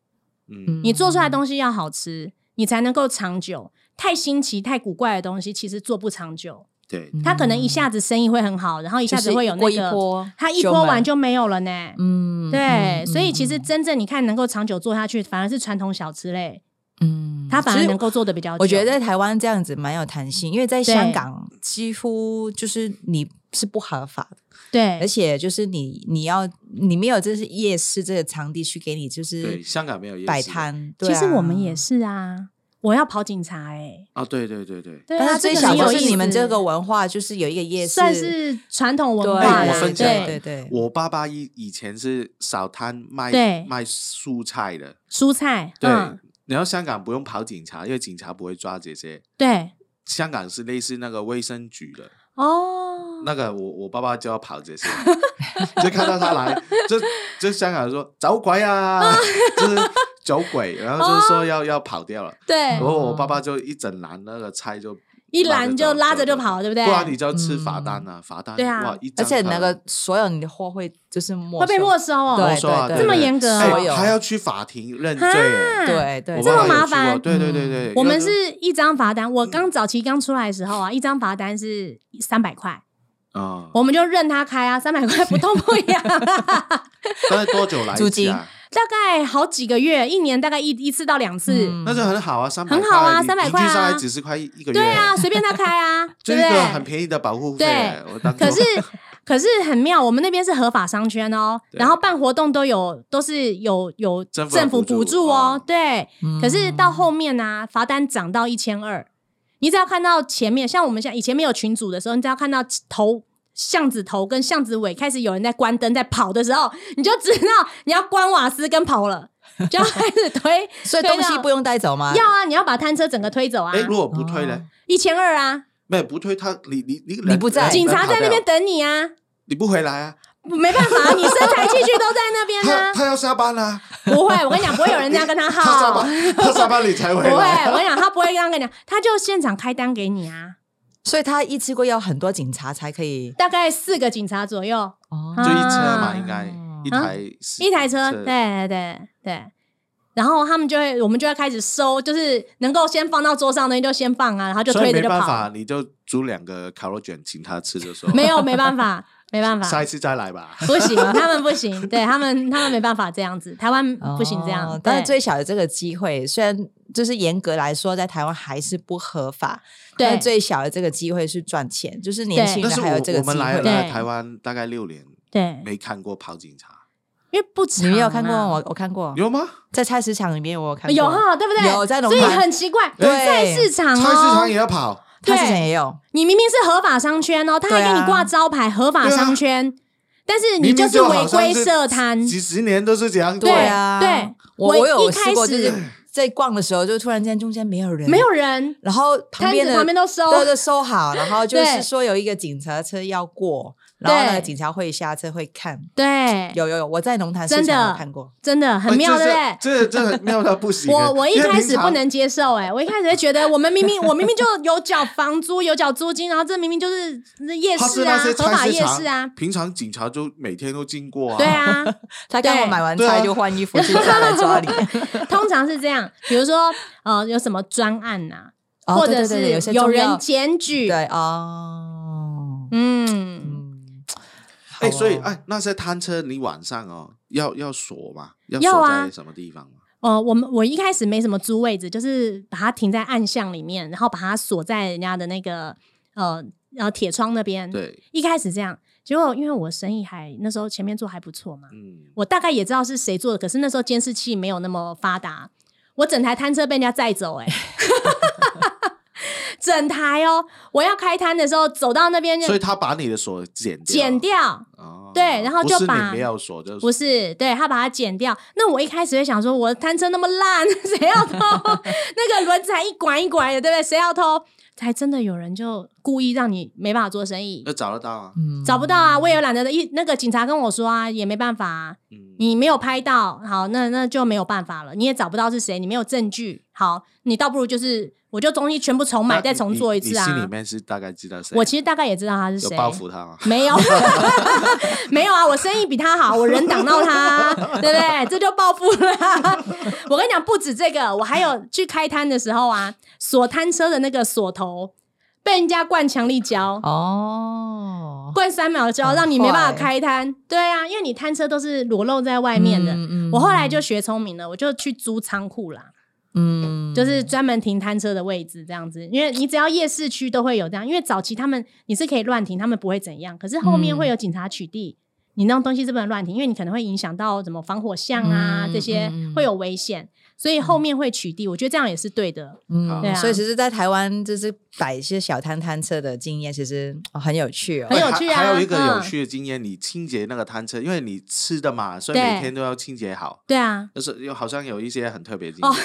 S1: 嗯，
S3: 你做出来的东西要好吃，你才能够长久。太新奇、太古怪的东西，其实做不长久。
S1: 对，
S2: 嗯
S3: 它可能一下子生意会很好，然后一
S2: 一
S3: 下子会有那
S2: 过一
S3: 个，
S2: 波，
S3: 它一
S2: 就
S3: 波完
S2: 满，
S3: 就没有了呢。
S2: 嗯，
S3: 对，
S2: 嗯
S3: 所以其实真正你看能够长久做下去，反而是传统小吃类，
S2: 嗯，
S3: 它反
S2: 其
S3: 而
S2: 实
S3: 能够做的比较久。
S2: 我觉得在台湾这样子蛮有弹性，因为在香
S3: 对
S2: 港几乎就是你是不合法的，而
S3: 对，
S2: 且就是你你要你没有就是夜市这个场地去给你就
S1: 对，
S2: 是
S1: 香港没有夜市
S2: 摆摊，对
S3: 其实我们也
S2: 啊。
S3: 是啊，我要跑警察哎，
S1: 啊，对对对对。
S3: 对啊，
S2: 但是最
S3: 这个
S2: 小
S3: 很
S2: 就
S3: 有意
S2: 是
S3: 思
S2: 你们这个文化，就是有一个夜市，
S3: 算是传统文
S2: 对
S3: 化
S1: 哎我
S3: 啦，
S1: 分享
S3: 对
S2: 对对
S1: 我爸爸以以前是小摊卖
S3: 对
S1: 卖蔬菜的，
S3: 蔬菜，
S1: 对。
S3: 嗯，
S1: 然后香港不用跑警察，因为警察不会抓这些。
S3: 对，
S1: 香港是类似那个卫生局的，
S3: 哦，
S1: 那个我我爸爸就要跑这 些，就看到他来，就就香港人说走鬼啊，
S3: 嗯
S1: 就是走鬼，然后就是
S3: 哦
S1: 说要、要跑掉了。
S3: 对
S1: 然，后我爸爸就一整篮那个菜就
S3: 一
S1: 拉着
S3: 拦就
S1: 走
S3: 拉着
S1: 走
S3: 就
S1: 走
S3: 跑，对不对？
S1: 不然你就要吃罚单啊，罚单
S3: 对啊
S1: 哇一
S2: 而
S1: 张
S2: 且
S1: 可
S2: 那
S1: 能
S2: 个所有你的货会就是没
S3: 会被
S2: 收
S3: 没收
S1: 没
S3: 哦。
S1: 收啊，
S2: 对对
S1: 对
S3: 这么
S1: 对
S3: 严格
S1: 哎
S3: 哦
S2: 所有
S1: 还要去法庭认罪
S3: 啊
S1: 耶。
S2: 对对，
S1: 我
S3: 这
S1: 爸
S3: 么
S1: 爸有
S3: 麻
S1: 去过
S3: 烦
S1: 对对
S2: 嗯
S1: 对对，嗯要
S3: 我们是一张罚单，我刚早期刚出来的时候啊，一张罚单是三百块，
S1: 啊，
S3: 我们就任他开啊，三百块不痛不痒、啊
S1: 但是多久来
S2: 租
S1: 一次
S2: 金
S1: 啊？
S3: 大概好几个月，一年大概一一次到两次，
S2: 嗯
S1: 那就很好啊，三百
S3: 很好啊
S1: 你
S3: 300
S1: 平
S3: 块
S1: 均下来
S3: 啊
S1: 只是快一一个月，
S3: 对啊，，随便他 开啊，
S1: 就
S3: 对
S1: 是
S3: 不
S1: 一个很
S3: 对？
S1: 便宜的保护费
S3: 对
S1: 耶。我当
S3: 可
S1: 初
S3: 是可是很妙，我们那边是合法商圈哦，
S1: 对
S3: 然后办活动都有都是有有
S1: 政府补
S3: 府
S1: 助
S3: 补助哦
S1: 哦，
S3: 对，
S2: 嗯。
S3: 可是到后面呢、啊，罚单涨到一千二，你只要看到前面，像我们现在以前没有群组的时候，你只要看到头巷子头跟巷子尾开始有人在关灯在跑的时候，你就知道你要关瓦斯跟 跑了，就要开始推
S2: 所以
S3: 推
S2: 东西
S3: 到
S2: 不用带走吗？
S3: 要啊，你要把摊车整个推走啊
S1: 哎，，如果不推呢？
S3: 一千二啊，
S1: 没有不推他，你你你
S2: 你不在
S3: 警察在那，
S1: 人人跑
S3: 边
S1: 掉
S3: 等你啊，
S1: 你不回来啊？
S3: 没办法， 你身材器具都在那边
S1: 他
S3: 啊，
S1: 他要下班啦，
S3: 不会，我跟你讲，不会有人这样跟他
S1: 他下
S3: 耗，
S1: 班他下班你才
S3: 不
S1: 回
S3: 会，
S1: 来，
S3: 我跟你讲，他不会这样跟你讲，他就现场开单给你啊，
S2: 所以他一次过要很多警察才可以
S3: 大概四个警察左右。
S2: 哦
S1: 就一车嘛，
S3: 啊
S1: 应该一
S3: 啊
S1: 台
S3: 一台车，对对对对。然后他们就会，我们就会开始收，就是能够先放到桌上的东西就先放啊，然后就
S1: 所
S3: 推
S1: 以
S3: 着
S1: 没
S3: 就
S1: 办
S3: 跑
S1: 法，。你就煮两个烤肉卷请他吃，就说
S3: 没有，没办法，没办
S1: 下
S3: 法，
S1: 一次再来吧。
S3: 不行，啊他们不行，对他们，他们没办法这样子，台湾不行这样
S2: 哦。但是
S3: 对
S2: 最小的这个机会，虽然就是严格来说，在台湾还是不合法，
S3: 对
S2: 但最小的这个机会是赚钱，就是年轻
S1: 但
S2: 人
S1: 是
S2: 还有这
S1: 我
S2: 个
S1: 我们
S2: 机
S1: 来
S2: 会。
S1: 来
S3: 对
S1: 台湾大概六年，
S3: 对，
S1: 没看过跑警察，
S3: 因为不长啊，
S2: 你们有看过吗我？我看
S3: 哦
S2: 过，
S1: 有吗？
S2: 在菜市场里面我有看过，
S3: 有啊哈，对不对？
S2: 有在农
S3: 所以
S2: 场
S3: 很奇怪，
S2: 对
S3: 菜市场
S1: 菜
S3: 哦，
S1: 市场也要跑，
S2: 菜市场
S3: 对
S2: 也有，
S3: 你明明是合法商圈哦，他还给
S2: 对
S3: 你
S2: 啊
S3: 挂招牌合法
S1: 对啊
S3: 商圈，但是你
S1: 明明
S3: 就是
S1: 就好
S3: 违
S1: 像
S3: 规
S1: 是
S3: 设摊，
S1: 几十年都是这样。
S3: 对
S2: 啊，
S3: 对
S2: 我
S3: 我
S2: 有
S3: 一开
S2: 试过，就是
S3: 始
S2: 在逛的时候，就突然间中间没有人，
S3: 没有，人，
S2: 然后旁
S3: 摊
S2: 边的
S3: 子旁边都收，
S2: 都都收好，然后就
S3: 对
S2: 是说有一个警察车要过，然后那
S3: 对
S2: 个警察会下车会看。
S3: 对，
S2: 有有有，我在农坛市
S3: 真的
S2: 场有看过，
S3: 真的很妙，对不对？
S1: 哎这呃这很妙到不行欸。
S3: 我我一
S1: 因为
S3: 开
S1: 平
S3: 始不
S1: 常
S3: 能接受、哎，我一开始会觉得我们明明我明明就有缴房租，有缴租金，然后这明明就是那夜
S1: 他
S3: 市
S1: 是
S3: 啊
S1: 那些，
S3: 合法
S1: 菜市
S3: 夜
S1: 场，
S3: 市啊，
S1: 平常警察就每天都经过啊。
S3: 对，啊，
S2: 他刚我
S3: 对
S2: 买完
S1: 对啊
S2: 菜就换衣服去抓来抓 你，
S3: 通常是这样，比如说呃有什么专案呐、
S2: 哦
S3: 或
S2: 对
S3: 者
S2: 对对对有
S3: 是
S2: 些
S3: 有
S2: 重要
S3: 人检举，
S2: 对哦，
S3: 嗯，
S2: 嗯，
S1: 哎，
S2: 好
S1: 所以
S2: 哦
S1: 哎，那些摊车你晚上哦，要要锁嘛？要
S3: 要
S1: 锁
S3: 啊
S1: 在什么地方嘛？
S3: 呃，我们我一开始没什么租位置，就是把它停在暗巷里面，然后把它锁在人家的那个呃呃铁窗那边，
S1: 对，
S3: 一开始这样，结果因为我生意还那时候前面做还不错嘛，
S1: 嗯，
S3: 我大概也知道是谁做的，可是那时候监视器没有那么发达，我整台摊车被人家载走、欸，哎， 整台哦，我要开摊的时候走到那边就
S1: 所以他把你的锁剪掉，
S3: 剪掉，
S1: 哦，
S3: 对然后
S1: 不
S3: 就是把
S1: 你没有锁，就是
S3: 不是，对他把它剪掉。那我一开始会想说，我的摊车那么烂， 谁要偷？那个轮子还一管一管的，对不对？谁要偷？才真的有人就故意让你没办法做生意
S1: 要，找得到啊。
S2: 嗯
S3: 找不到啊！我也懒得一那个警察跟我说啊，也没办法、啊，
S1: 嗯，
S3: 你没有拍到，好，那那就没有办法了，你也找不到是谁，你没有证据，好，你倒不如就是我就东西全部重
S1: 那
S3: 买
S1: 你
S3: 再重
S1: 你
S3: 做一
S1: 你
S3: 次
S1: 心里
S3: 啊。
S1: 面是大概知道谁？啊
S3: 我其实大概也知道他是
S1: 有
S3: 谁，
S1: 报复他吗？
S3: 没有，没有啊！我生意比他好，我人挡到他啊，对不对？这就暴富了 啊。我跟你讲，不止这个，我还有去开摊的时候啊，锁摊车的那个锁头被人家灌强力胶，
S2: 哦，
S3: 灌三秒胶，
S2: 很
S3: 让你没办法
S2: 坏
S3: 开摊。对啊，因为你摊车都是裸露在外面的。
S2: 嗯
S3: 我后来就学聪明了，我就去租仓库啦。
S2: 嗯
S3: 就是专门停摊车的位置这样子，因为你只要夜市区都会有这样，因为早期他们你是可以乱停，他们不会怎样，可是后面
S2: 嗯
S3: 会有警察取缔，你那种东西是不能乱停，因为你可能会影响到什么防火巷啊、
S2: 嗯
S3: 这些
S2: 嗯嗯
S3: 会有危险，所以后面会取缔，我觉得这样也是对的。
S1: 好
S2: 嗯，
S3: 对啊
S2: 所以其实，在台湾就是摆一些小摊摊车的经验，其实、哦很有趣哦
S3: 很。有
S1: 对
S3: 趣
S1: 还
S3: 啊
S1: 还有一个有
S3: 嗯
S1: 趣的经验，你清洁那个摊车，因为你吃的嘛，所以
S3: 对
S1: 每天都要清洁好。
S3: 对啊，
S1: 就是有好像有一些很特别的经
S3: 哦
S1: 验，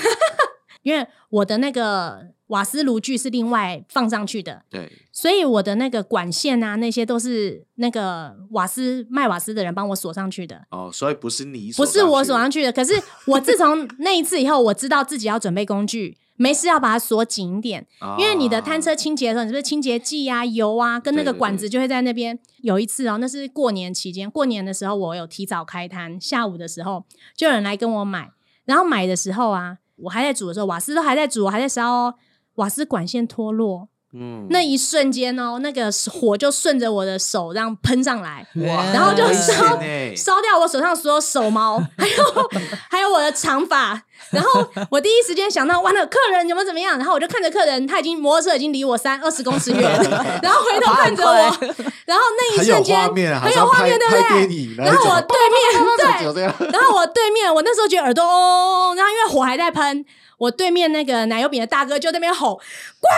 S3: 因为我的那个瓦斯炉具是另外放上去的，
S1: 对，
S3: 所以我的那个管线啊那些都是那个瓦斯卖瓦斯的人帮我锁上去的。
S1: 哦，所以不是 你锁
S3: 不是我
S1: 去
S3: 锁上去的。可是我 自从那一次以后，我知道自己要准备工具，没事要把它锁紧一点，
S1: 的，
S3: 因为你的摊
S1: 摊
S3: 车清洁的时候，你是不是清洁剂啊、油啊，跟那个
S1: 啊对对
S3: 管
S1: 对
S3: 子就会在那边。有一次哦，那是过年期间，过年的时候我有提早开摊，下午的时候就有人来跟我买，然后买的时候啊，我还在煮的时候，瓦斯都还在煮，我还在烧哦，瓦斯管线脱落，
S1: 嗯
S3: 那一瞬间哦，那个火就顺着我的手这样喷上来，
S1: 嗯
S2: 嗯
S1: 哇
S3: 然后就
S1: 很危
S3: 烧
S1: 险 欸
S3: 烧掉我手上所有 手毛，还有还有我的长发。然后我第一时间想到，完了，客人有没有怎么样？然后我就看着客人，他已经摩托车已经离我三二十 公尺远了，然后回头看着我，
S2: 哇很
S3: 然后那一
S1: 很
S3: 瞬
S1: 有
S3: 间
S1: 画面啊，好
S3: 很有
S1: 像
S3: 画
S1: 拍
S3: 面，对不
S1: 拍电
S3: 对？
S1: 影那
S3: 然后我
S1: 一种，
S3: 对 面对，
S1: 就这样，
S3: 然后我对面，我那时候觉得耳朵嗡，然后因为火还在喷，我对面那个奶油饼的大哥就在那边吼：“ 关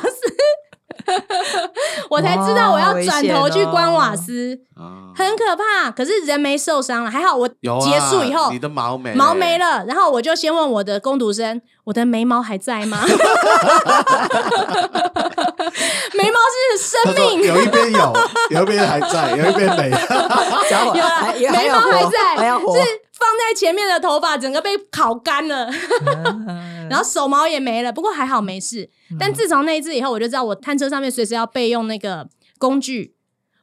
S3: 瓦斯，关瓦 斯！”我才知道我要转头去关瓦斯，
S1: 啊
S3: 很可怕。可是人没受伤了，还好我
S1: 有啊
S3: 结束以后
S1: 你的毛没
S3: 毛没，了，然后我就先问我的工读生：“我的眉毛还在吗？” 眉毛是
S1: 他
S3: 生
S1: 说
S3: 命，
S1: 有一边有，有一边还在，有一边没。
S2: 小伙
S3: 有啊
S2: 还也还
S3: 眉
S2: 有
S3: 毛还
S2: 活
S3: 在，
S2: 还要活，
S3: 是放在前面的头发整个被烤干了，
S2: 嗯
S3: 然后手毛也没了。不过还好没事。但自从那一次以后，我就知道我探车上面随时要备用那个工具，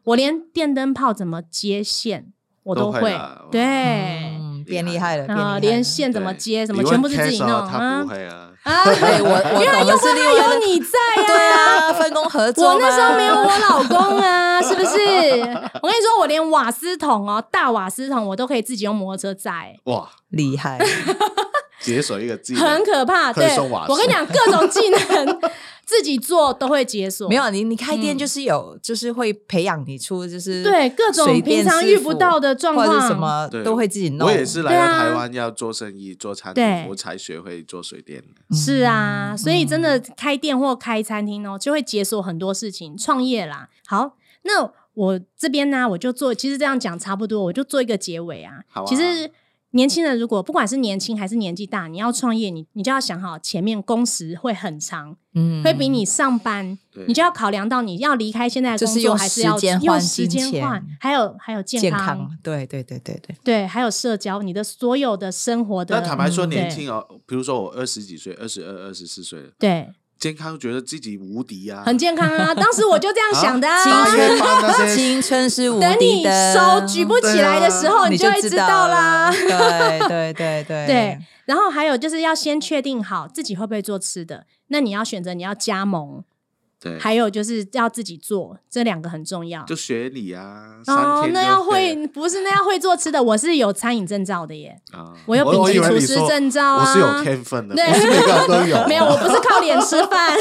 S3: 我连电灯泡怎么接线我
S1: 都
S3: 都
S1: 会
S3: 会
S1: 啦，
S3: 对，
S2: 嗯，变厉害了，变厉害
S3: 啊，
S2: 了
S3: 哎连线怎么
S1: 对
S3: 接什么
S1: 你
S3: 全部
S1: 问
S3: 是自己
S1: Tessa，
S3: 弄
S1: 他
S3: 啊
S1: 不会啊。
S3: 啊！
S2: 对我 我
S3: 原来
S2: 懂
S3: 又
S2: 的是另外
S3: 有
S2: 的
S3: 你在
S2: 对
S3: 呀、
S2: 啊，分工合作嘛。
S3: 我那时候没有我老公啊， 是不是？我跟你说，我连瓦斯桶哦，大瓦斯桶我都可以自己用摩托车载、
S1: 哇，
S2: 厉害，
S1: 解锁一个技
S3: 很
S1: 能，
S3: 可怕。
S1: 可以
S3: 对，
S1: 送瓦斯
S3: 我跟你讲，各种技能 自己做都会解锁。
S2: 没有啊你，你开店就是有，就是会培养你出就是
S3: 对各种
S2: 水电
S3: 平常
S2: 师
S3: 遇
S2: 傅
S3: 不到的状
S2: 或者
S3: 况
S2: 是什么
S1: 对
S2: 都会自己弄。
S1: 我也是来
S3: 对
S1: 到
S3: 啊
S1: 台湾要做生意、做餐
S3: 对
S1: 饮，我才学会做水电的。
S3: 是
S2: 嗯
S3: 啊，所以真的开店或开餐厅哦，就会解锁很多事情。创业啦，好，那我这边呢，我就做，其实这样讲差不多，我就做一个结尾啊。
S1: 好啊
S3: 其实年轻人如果不管是年轻还是年纪大，你要创业，你你就要想好前面工时会很长，
S2: 嗯
S3: 会比你上班，
S1: 对
S3: 你就要考量到你要离开现在的
S2: 就是
S3: 工作，
S2: 用
S3: 还是
S2: 时
S3: 要
S2: 间
S3: 用
S2: 换
S3: 时
S2: 金
S3: 间
S2: 钱
S3: 换，还有还有
S2: 健康，对对对对对，
S3: 对，还有社交，你的所有的生活的，
S1: 那坦白说，
S3: 嗯
S1: 年
S3: 对
S1: 轻哦，比如说我二十几岁、二十二、二十四岁了，
S3: 对，
S1: 健康觉得自己无敌啊，
S3: 很健康 啊。当时我就这样想的
S1: 啊大
S3: 啊。
S1: 夜班那些
S2: 青春是无
S3: 等
S2: 敌
S3: 你
S2: 的，
S3: 手举不起来的时候，
S2: 你
S3: 就会
S2: 知
S3: 知道啦
S2: 了。对对对对
S3: 对，然后还有就是要先确定好自己会不会做吃的，那你要选择你要加盟，
S1: 对，
S3: 还有就是要自己做，这两个很重要。
S1: 就学你啊，三
S3: 哦，
S1: 天
S3: 那
S1: 就
S3: 要
S1: 会
S3: 会不是那要会做吃的，我是有餐饮证照的耶，
S1: 啊，
S3: 我有
S1: 我
S3: 丙
S1: 以
S3: 级
S1: 为
S3: 厨
S1: 你
S3: 师
S1: 说
S3: 证照
S1: 我
S3: 啊，
S1: 是有天分的，
S3: 对，
S1: 不是每个人都有
S3: 没有，我不是靠脸吃饭，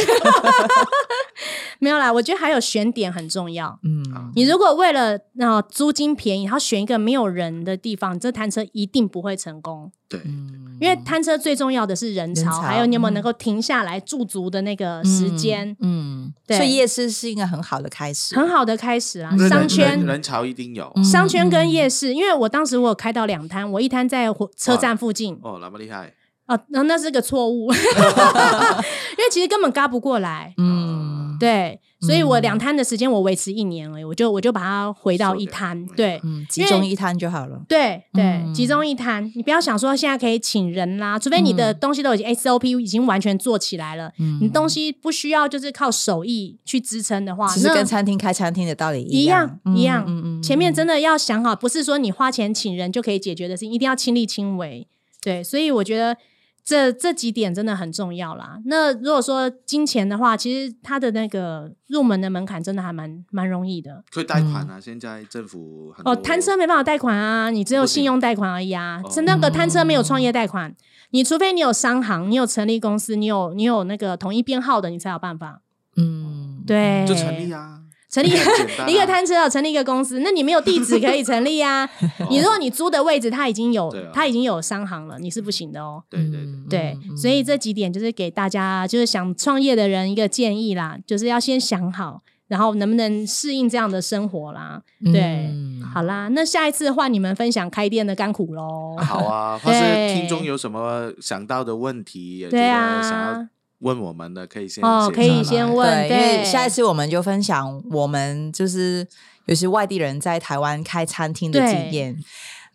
S3: 没有啦。我觉得还有选点很重要。
S2: 嗯，
S3: 你如果为了那、呃租金便宜，然后选一个没有人的地方，这摊车一定不会成功。
S1: 对，
S2: 嗯
S3: 因为摊车最重要的是人潮，
S2: 人潮
S3: 还有你有没有能够停下来驻足的那个时间，
S2: 嗯，
S3: 对
S2: 所以夜市是一个很好的开始，
S3: 很好的开始啊
S2: 嗯。
S1: 人
S3: 商
S1: 人
S3: 圈、
S1: 人潮一定有
S2: 嗯
S3: 商圈跟夜市，因为我当时我有开到两摊，我一摊在火车站附近，
S1: 哦，那么厉害，
S3: 哦，那那是个错误，因 为其实根本嘎不过来。
S2: 嗯，
S3: 对，所以我
S2: 嗯
S3: 两摊的时间我维持一年而已，我就我就把它回到一摊。
S1: 收掉
S3: 对，
S2: 嗯，集中一摊就好了，
S3: 对对，
S2: 嗯
S3: 集中一摊，你不要想说现在可以请人啦，除非你的
S2: 嗯
S3: 东西都已经 SOP 已经完全做起来了，
S2: 嗯，
S3: 你东西不需要就是靠手艺去支撑的话，
S2: 其实
S3: 那
S2: 跟餐厅开餐厅的道理
S3: 一
S2: 样
S3: 样，一样
S2: 嗯
S3: 前面真的要想好，不是说你花钱请人就可以解决的事情，一定要亲力亲为。对，所以我觉得这这几点真的很重要啦。那如果说金钱的话，其实它的那个入门的门槛真的还蛮蛮容易的。
S1: 可以贷款啊，现在政府很
S3: 嗯哦，
S1: 多
S3: 摊车没办法贷款啊，你只有
S1: 不行
S3: 信用贷款而已啊。
S1: 哦
S3: 是那个摊车没有创业贷款，你除非你有商行，你有成立公司，你有你有那个统一编号的，你才有办法。
S2: 嗯，
S3: 对，
S1: 就成立啊，
S3: 成立
S1: 很简单啊
S3: 一个摊车要成立一个公司，那你没有地址可以成立啊。
S1: 哦
S3: 你如果你租的位置它已经有
S1: 对啊，嗯
S3: 它已经有商行了，你是不行的哦。
S1: 对对对，
S3: 对，
S2: 嗯
S3: 所以这几点就是给大家，就是想创业的人一个建议啦，就是要先想好，然后能不能适应这样的生活啦。
S2: 嗯
S3: 对
S1: 嗯
S3: 好啦，那下一次换你们分享开店的甘苦喽。
S1: 好 啊，或是听众
S3: 对
S1: 有什么想到的问题，也觉
S3: 对
S1: 得想要
S3: 啊，
S1: 问我们的，可以先
S3: 哦
S1: 写
S3: 可以
S1: 上来
S3: 先问
S2: 对，因为
S3: 对
S2: 下一次我们就分享我们就是有些外地人在台湾开餐厅的
S3: 对
S2: 经验，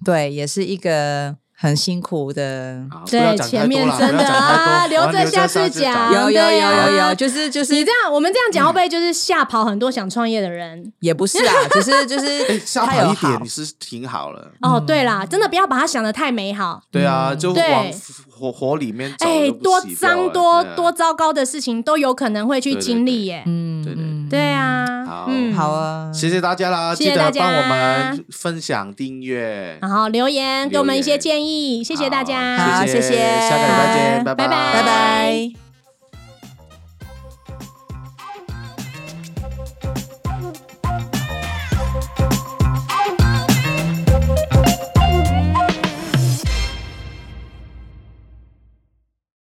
S2: 对，也是一个很辛苦的。
S1: 好不要讲
S3: 对，
S1: 太
S3: 前面
S1: 多啦不要
S3: 真的
S1: 讲 太多我
S3: 啊，留
S1: 要
S3: 着下次
S1: 讲
S3: 讲。
S2: 有有
S3: 对
S2: 有
S3: 啊
S2: 有有，就是就是
S3: 你这样，我们这样讲会不会就是吓跑很多想创业的人？
S2: 也 不是啊，只是就是
S1: 哎，吓
S2: 它有
S1: 跑一
S2: 好
S1: 点是挺好了。
S3: 哦，对啦，真的不要把它想的太美好。
S1: 对啊，就
S3: 嗯对
S1: 往火火里面走，
S3: 哎，
S1: 又不
S3: 多
S1: 洗掉
S3: 脏
S1: 了
S3: 多
S1: 对啊
S3: 多糟糕的事情都有可能会去
S1: 对对
S3: 经
S1: 对
S3: 历耶。
S2: 嗯，
S1: 对对对
S2: 嗯
S3: 对，啊
S1: 好，
S3: 嗯，
S2: 好，啊，
S1: 谢谢大家啦，
S3: 谢谢
S1: 记得
S3: 大家
S1: 帮我们分享、订阅。
S3: 然后留言给我们一
S1: 留
S3: 些
S1: 言
S3: 建议，谢谢大家，
S1: 好谢
S2: 好谢谢
S1: 下个礼拜见，拜
S3: 拜拜
S2: 拜拜。